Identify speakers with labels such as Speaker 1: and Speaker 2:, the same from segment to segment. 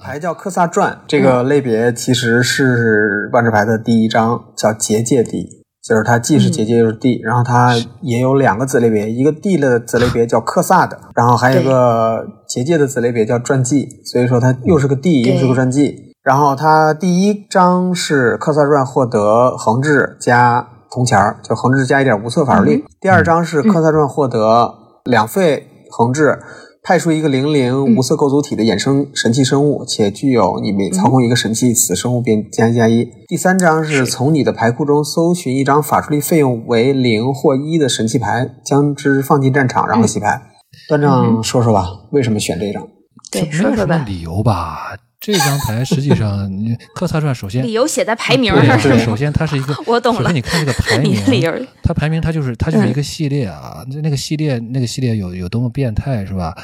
Speaker 1: 牌叫《克萨传》，这个类别其实是万智牌的第一章，叫结界地，就是它既是结界又是地，然后它也有两个子类别，一个地类的子类别叫克萨的，然后还有一个结界的子类别叫传记，所以说它又是个地，又是个传记。然后它第一章是克萨传获得横置加铜钱儿，就横置加一点无策法术力。第二章是克萨传获得两费横置。派出一个零零无色构组体的衍生神器生物，且具有你每操控一个神器，此生物便加一加一。第三张是从你的牌库中搜寻一张法术力费用为零或一的神器牌，将之放进战场，然后洗牌。端正说说吧，为什么选这张？
Speaker 2: 对，
Speaker 3: 没有
Speaker 2: 说
Speaker 3: 什
Speaker 2: 说
Speaker 3: 么
Speaker 2: 吧。
Speaker 3: 理由吧。这张牌实 际上，你克萨传首先
Speaker 2: 理由写在牌名
Speaker 3: 啊对
Speaker 2: 上，，
Speaker 3: 是首先它是一个
Speaker 2: 我懂了
Speaker 3: 首先你看 这个排
Speaker 2: 你
Speaker 3: 名啊
Speaker 2: 的，理由嗯
Speaker 3: 它排名它就是它就是一个系列啊，那、那个系列那个系列有有多么变态是吧？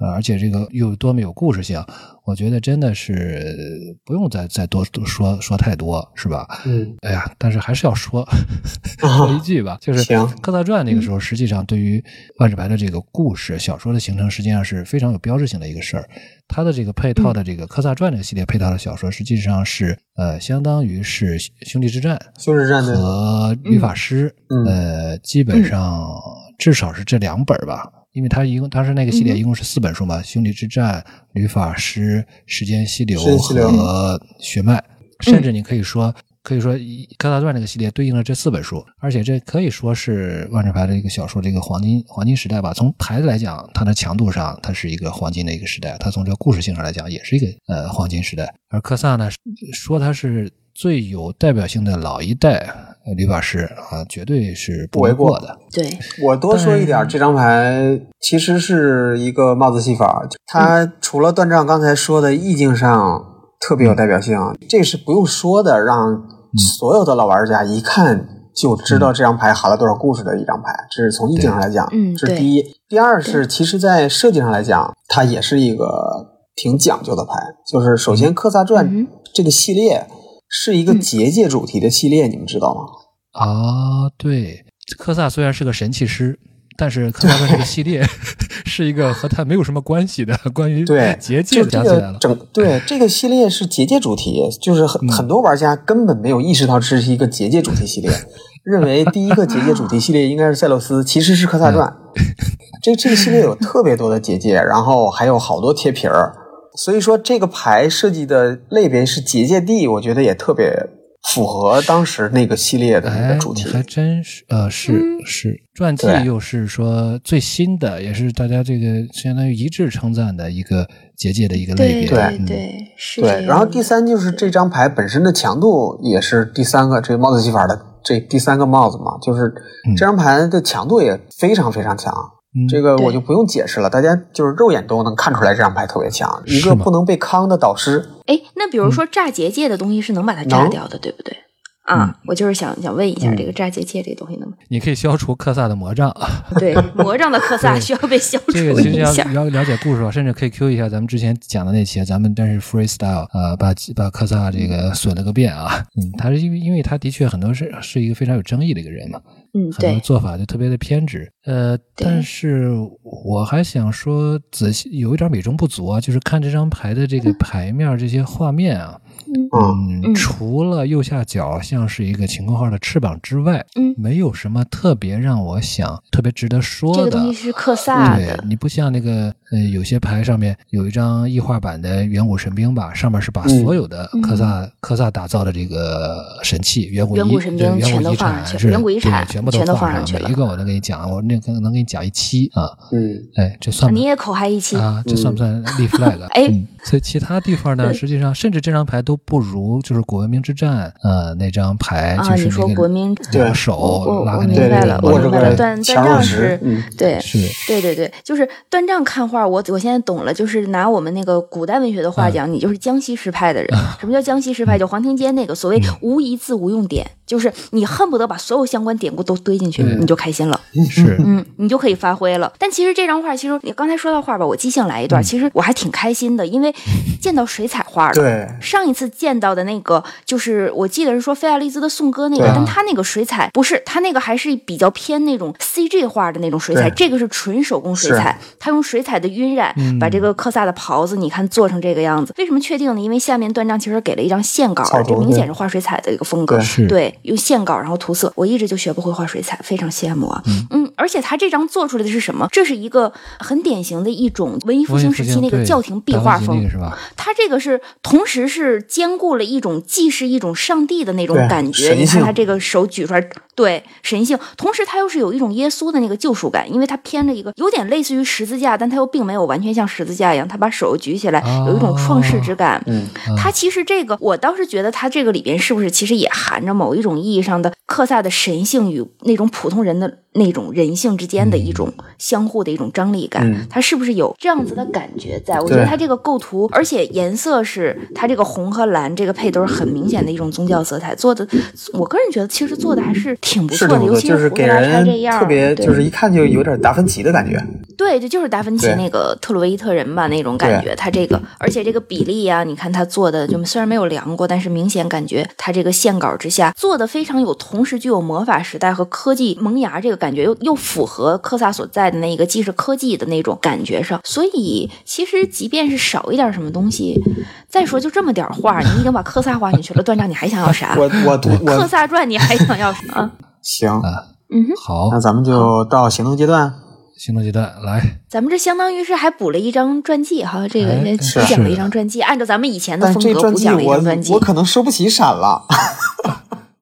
Speaker 3: 呃而且这个又有多么有故事性，我觉得真的是不用再再多多说说太多是吧？
Speaker 1: 嗯，
Speaker 3: 哎呀，但是还是要说说一句吧，就是
Speaker 1: 哦行嗯
Speaker 3: 《克萨传》那个时候，实际上对于万智牌的这个故事小说的形成，实际上是非常有标志性的一个事儿。它的这个配套
Speaker 1: 嗯
Speaker 3: 的这个《克萨传》这个系列配套的小说，实际上是呃，相当于是兄弟之战
Speaker 1: 修士战队
Speaker 3: 和律法师，
Speaker 1: 嗯
Speaker 3: 呃，基本上至少是这两本儿吧。因为它一共当时那个
Speaker 1: 嗯
Speaker 3: 系列一共是四本书嘛，兄弟之战》《律法师》《时间溪流
Speaker 1: 时间》溪流
Speaker 3: 和《血脉》，
Speaker 1: 嗯
Speaker 3: 甚至你可以说，可以说《柯萨传》这个系列对应了这四本书，而且这可以说是万智牌的一个小说的一个黄金黄金时代吧。从牌子来讲，它的强度上，它是一个黄金的一个时代；它从这个故事性上来讲，也是一个呃黄金时代。而科萨呢，说它是最有代表性的老一代呃理发师啊，绝对是不为过的。
Speaker 2: 对，
Speaker 1: 我多说一点儿，这张牌其实是一个帽子戏法，
Speaker 2: 嗯
Speaker 1: 它除了断账刚才说的意境上特
Speaker 2: 嗯
Speaker 1: 别有代表性，这是不用说的，让所有的老玩家一看就知道这张牌含了多少故事的一张牌，这是从意境上来讲，
Speaker 2: 嗯
Speaker 1: 这是
Speaker 2: 对
Speaker 1: 第一。第二是，其实，在设计上来讲，它也是一个挺讲究的牌，就是首先《克萨传》
Speaker 2: 嗯
Speaker 1: 这个系列是一个
Speaker 2: 嗯
Speaker 1: 结界主题的系列，你们知道吗？
Speaker 3: 啊，对，科萨虽然是个神器师，但是科萨传这个系列 是一个和他没有什么关系的关于
Speaker 1: 对
Speaker 3: 结界
Speaker 1: 就
Speaker 3: 的
Speaker 1: 这
Speaker 3: 想起来
Speaker 1: 个
Speaker 3: 了。嗯
Speaker 1: 整对这个系列是结界主题，就是很、很多玩家根本没有意识到这是一个结界主题系列，认为第一个结界主题系列应该是赛洛斯，其实是科萨传。
Speaker 3: 嗯
Speaker 1: 这这个系列有特别多的结界，然后还有好多贴皮儿，所以说这个牌设计的类别是结界地，我觉得也特别符合当时那个系列的那
Speaker 3: 哎
Speaker 1: 个主，
Speaker 3: 你
Speaker 1: 题。
Speaker 3: 还真是，呃，是是，传记
Speaker 1: 对
Speaker 3: 又是说最新的，也是大家这个相当于一致称赞的一个结界的一个类别。
Speaker 1: 对
Speaker 3: 嗯
Speaker 2: 对对，是这
Speaker 1: 对，
Speaker 2: 样
Speaker 1: 然后第三就是这张牌本身的强度也是第三个，这个帽子戏法的这第三个帽子嘛，就是这张牌的强度也非常非常强。
Speaker 3: 嗯
Speaker 1: 这个我
Speaker 2: 对
Speaker 1: 就不用解释了，大家就是肉眼都能看出来这张牌特别强，一
Speaker 3: 是
Speaker 1: 个
Speaker 3: 吗
Speaker 1: 不能被坑的导师。
Speaker 2: 哎，那比如说炸结界的东西是能把它炸
Speaker 1: 嗯能
Speaker 2: 掉的，对不对？
Speaker 3: 嗯
Speaker 2: 啊，我就是想想问一下，
Speaker 1: 嗯
Speaker 2: 这个炸结界这个东西 能不
Speaker 3: 你可以消除克萨的魔障。
Speaker 2: 能？对，魔障的克萨
Speaker 3: 对
Speaker 2: 需要被消
Speaker 3: 这
Speaker 2: 除
Speaker 3: 个其实
Speaker 2: 一
Speaker 3: 要
Speaker 2: 下。
Speaker 3: 要了解故事吧，甚至可以 Q 一下咱们之前讲的那期，啊咱们但是 freestyle 呃，把把科萨这个损了个遍啊。嗯，他是因为因为他的确很多是是一个非常有争议的一个人嘛，
Speaker 2: 嗯，
Speaker 3: 很多
Speaker 2: 对，
Speaker 3: 做法就特别的偏执。呃，
Speaker 2: 对
Speaker 3: 但是我还想说，仔细有一点美中不足啊，就是看这张牌的这个牌面儿这些画面啊，
Speaker 1: 嗯，
Speaker 3: 嗯，
Speaker 2: 嗯
Speaker 3: 除了右下角像是一个晴空号的翅膀之外，
Speaker 2: 嗯
Speaker 3: 没有什么特别让我想特别值得说
Speaker 2: 这
Speaker 3: 的。
Speaker 2: 个东西是克萨
Speaker 3: 对
Speaker 2: 的，
Speaker 3: 你不像那个呃，有些牌上面有一张异化版的远古神兵吧，上面是把
Speaker 1: 嗯
Speaker 3: 所有的科萨、科萨打造的这个神器远古
Speaker 2: 远古
Speaker 3: 遗
Speaker 2: 神
Speaker 3: 对
Speaker 2: 兵
Speaker 3: 远古
Speaker 2: 全都
Speaker 3: 遗
Speaker 2: 放
Speaker 3: 产
Speaker 2: 上去
Speaker 3: 是
Speaker 2: 远古遗
Speaker 3: 对
Speaker 2: 产
Speaker 3: 全部
Speaker 2: 全都
Speaker 3: 放
Speaker 2: 放上去
Speaker 3: 每
Speaker 2: 了
Speaker 3: 一个我都给你讲，我那可能能给你讲一期啊。
Speaker 1: 嗯，
Speaker 3: 哎，这算不
Speaker 2: 你也口嗨一期。
Speaker 3: 啊，这算不算 立 flag？
Speaker 2: 哎
Speaker 3: 嗯，所以其他地方呢，
Speaker 2: 对
Speaker 3: 实际上甚至这张牌都不如就是古文明之战呃那张牌，
Speaker 2: 啊
Speaker 3: 就是
Speaker 2: 你说
Speaker 3: 那个
Speaker 2: 国民
Speaker 3: 两
Speaker 1: 对
Speaker 3: 个手
Speaker 2: 我
Speaker 3: 拉
Speaker 2: 我
Speaker 3: 开那
Speaker 2: 明
Speaker 3: 个
Speaker 2: 白
Speaker 3: 人
Speaker 2: 了，
Speaker 3: 嘛
Speaker 2: 我
Speaker 1: 握
Speaker 2: 明
Speaker 1: 着
Speaker 2: 白
Speaker 1: 个
Speaker 2: 了。断断
Speaker 1: 强
Speaker 2: 账
Speaker 1: 手指
Speaker 2: 是，
Speaker 1: 嗯
Speaker 2: 对，
Speaker 3: 是
Speaker 2: 对对对，就是端账看画，我我现在懂了，就是拿我们那个古代文学的话讲，你就是江西诗派的人。什么叫江西诗派？就黄庭坚那个所谓“无一字无用典”，就是你恨不得把所有相关典故都堆进去，
Speaker 3: 对
Speaker 2: 你就开心了。
Speaker 3: 是，
Speaker 2: 嗯，你就可以发挥了。但其实这张画，其实你刚才说到画吧，我即兴来一段，其实我还挺开心的，因为见到水彩画了。
Speaker 1: 对，
Speaker 2: 上一次见到的那个，就是我记得是说菲亚利兹的颂歌那个，
Speaker 1: 对啊
Speaker 2: 但他那个水彩不是，他那个还是比较偏那种 CG 画的那种水彩，
Speaker 1: 对
Speaker 2: 这个是纯手工水彩，他用水彩的晕染、把这个克萨的袍子，你看做成这个样子。为什么确定呢？因为下面断章其实给了一张线稿
Speaker 1: 草，图
Speaker 2: 这明
Speaker 1: 对
Speaker 2: 显是画水彩的一个风格
Speaker 1: 对。
Speaker 3: 是
Speaker 2: 对，用线稿然后涂色，我一直就学不会画水彩，非常羡慕啊。嗯，而且他这张做出来的是什么？这是一个很典型的一种文艺复兴时期那个
Speaker 3: 对
Speaker 2: 教廷壁画
Speaker 3: 达芬奇那
Speaker 2: 风
Speaker 3: 个，是吧？
Speaker 2: 它这个是同时是兼顾了一种既是一种上帝的那种
Speaker 1: 对
Speaker 2: 感觉，
Speaker 1: 神
Speaker 2: 你看
Speaker 1: 性
Speaker 2: 他这个手举出来，对神性，同时它又是有一种耶稣的那个救赎感，因为它偏了一个有点类似于十字架，但它又并没有完全像十字架一样，他把手举起来
Speaker 3: 哦
Speaker 2: 有一种创世之感。
Speaker 1: 啊嗯，
Speaker 2: 它其实这个，我倒是觉得它这个里边是不是其实也含着某一种意义上的克萨的神性与那种普通人的那种人性之间的一种相互的一种张力感？
Speaker 1: 嗯
Speaker 2: 它是不是有这样子的感觉在？我觉
Speaker 1: 对
Speaker 2: 得它这个构图，而且颜色是它这个红和蓝这个配都是很明显的一种宗教色彩，做的我个人觉得其实做的还是挺不
Speaker 1: 是
Speaker 2: 错
Speaker 1: 这
Speaker 2: 的，
Speaker 1: 么
Speaker 2: 尤
Speaker 1: 多，
Speaker 2: 其
Speaker 1: 就是
Speaker 2: 胡子
Speaker 1: 给
Speaker 2: 拉碴
Speaker 1: 人
Speaker 2: 这样儿，
Speaker 1: 特别
Speaker 2: 对啊
Speaker 1: 就是一看就有点达芬奇的感觉，
Speaker 2: 对，这就是达芬奇
Speaker 1: 对
Speaker 2: 那个特洛伊特人吧那种感觉，他这个，而且这个比例啊，你看他做的，就虽然没有量过，但是明显感觉他这个线稿之下做的非常有，同时具有魔法时代和科技萌芽这个感觉，又又符合科萨所在的那一个既是科技的那种感觉上，所以其实即便是少一点什么东西，再说就这么点儿画，你已经把科萨画进去了， 段章你还想要啥？
Speaker 1: 我我
Speaker 2: 克
Speaker 1: 我
Speaker 2: 萨传你还想要啥？啊
Speaker 1: 行，
Speaker 2: 嗯哼，
Speaker 3: 好
Speaker 1: 那，咱们就到行动阶段。
Speaker 3: 行动阶段来，
Speaker 2: 咱们这相当于是还补了一张传记哈，这个
Speaker 3: 哎
Speaker 2: 人
Speaker 3: 是
Speaker 2: 补讲了
Speaker 3: 是
Speaker 2: 一张传记，按照咱们以前的
Speaker 1: 但
Speaker 2: 风
Speaker 1: 这
Speaker 2: 格
Speaker 1: 传
Speaker 2: 补
Speaker 1: 记
Speaker 2: 讲了一
Speaker 1: 我
Speaker 2: 张传记
Speaker 1: 我。可能收不起闪了，